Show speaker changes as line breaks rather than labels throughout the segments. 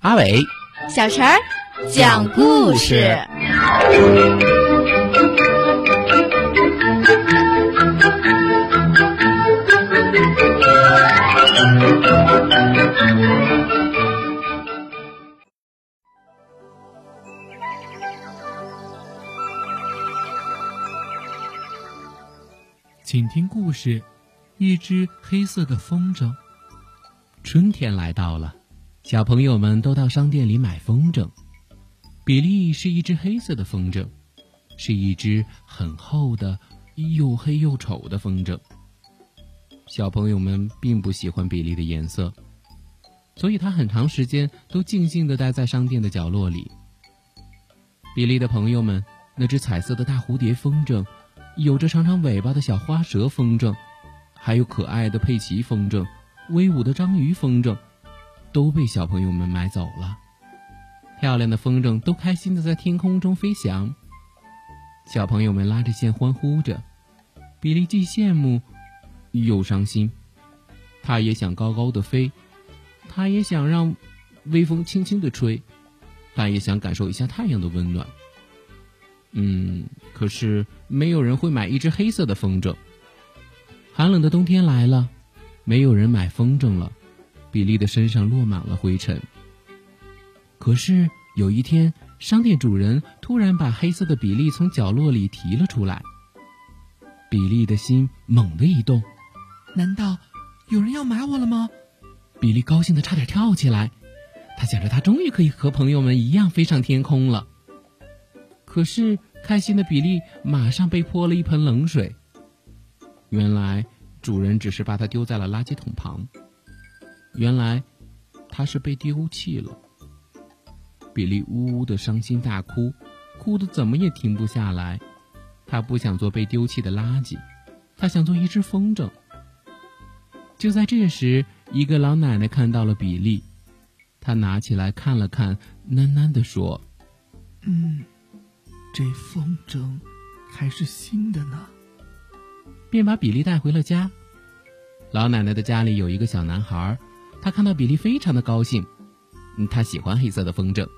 阿伟，
小陈儿讲故事。
请听故事：一只黑色的风筝。
春天来到了，小朋友们都到商店里买风筝。比利是一只黑色的风筝，是一只很厚的、又黑又丑的风筝。小朋友们并不喜欢比利的颜色，所以他很长时间都静静地待在商店的角落里。比利的朋友们，那只彩色的大蝴蝶风筝。有着长长尾巴的小花蛇风筝，还有可爱的佩奇风筝、威武的章鱼风筝，都被小朋友们买走了。漂亮的风筝都开心的在天空中飞翔。小朋友们拉着线欢呼着，比利既羡慕又伤心。他也想高高的飞，他也想让微风轻轻的吹，他也想感受一下太阳的温暖。嗯，可是没有人会买一只黑色的风筝。寒冷的冬天来了，没有人买风筝了。比利的身上落满了灰尘。可是有一天，商店主人突然把黑色的比利从角落里提了出来。比利的心猛地一动，
难道有人要买我了吗？
比利高兴的差点跳起来。他想着，他终于可以和朋友们一样飞上天空了。可是，开心的比利马上被泼了一盆冷水。原来，主人只是把它丢在了垃圾桶旁。原来，它是被丢弃了。比利呜呜的伤心大哭，哭得怎么也停不下来。他不想做被丢弃的垃圾，他想做一只风筝。就在这时，一个老奶奶看到了比利，她拿起来看了看，喃喃地说：“
嗯。”这风筝还是新的呢，
便把比利带回了家。老奶奶的家里有一个小男孩，他看到比利非常的高兴。他喜欢黑色的风筝，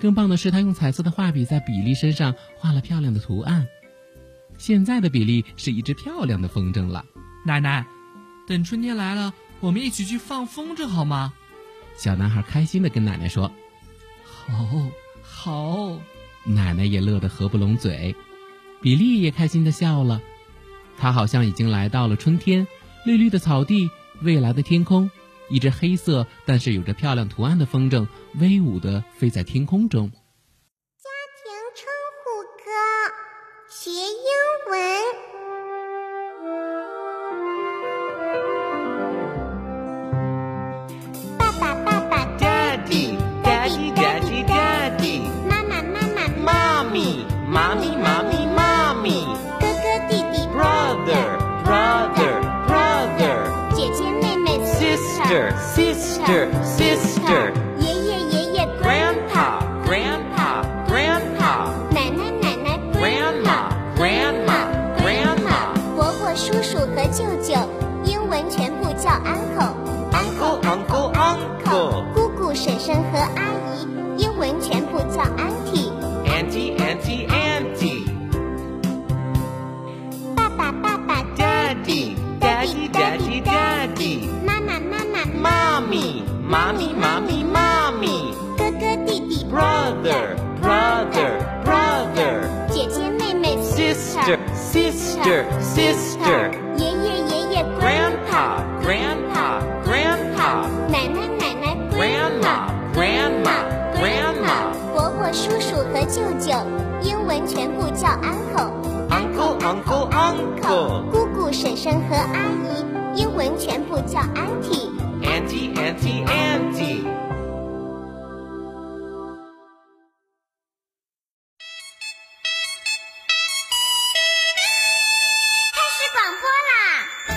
更棒的是他用彩色的画笔在比利身上画了漂亮的图案。现在的比利是一只漂亮的风筝了。
奶奶，等春天来了，我们一起去放风筝好吗？
小男孩开心的跟奶奶说：“
好，好。”
奶奶也乐得合不拢嘴，比利也开心的笑了。他好像已经来到了春天，绿绿的草地，蔚蓝的天空，一只黑色但是有着漂亮图案的风筝威武的飞在天空中。
家庭称呼歌，学英文。
Mommy, mommy, mommy.
哥哥弟弟
，brother, brother, brother.
姐姐妹妹
，sister, sister, sister.
爷爷爷爷
，grandpa, grandpa, grandpa.
奶奶奶奶
，grandma, grandma, grandma.
伯伯叔叔和舅舅，英文全部叫 uncle。
uncle, uncle, uncle.
姑姑婶婶和阿姨，英文全部叫 auntie。
auntie, auntie, auntie.
爸爸，爸爸
，daddy, daddy, daddy, daddy.
妈妈，妈妈
，mommy, mommy, mommy, mommy.
哥哥，弟弟
，brother, brother, brother.
姐姐，妹妹
，sister, sister, sister.
爷爷，爷爷
，grandpa, grandpa, grandpa.
奶奶，奶奶
，grandma, grandma, grandma.
伯伯、叔叔和舅舅，英文全部叫 uncle。
uncle uncle uncle。
姑姑、婶婶和阿姨，英文全部叫 auntie。
auntie auntie auntie。
开始广播啦！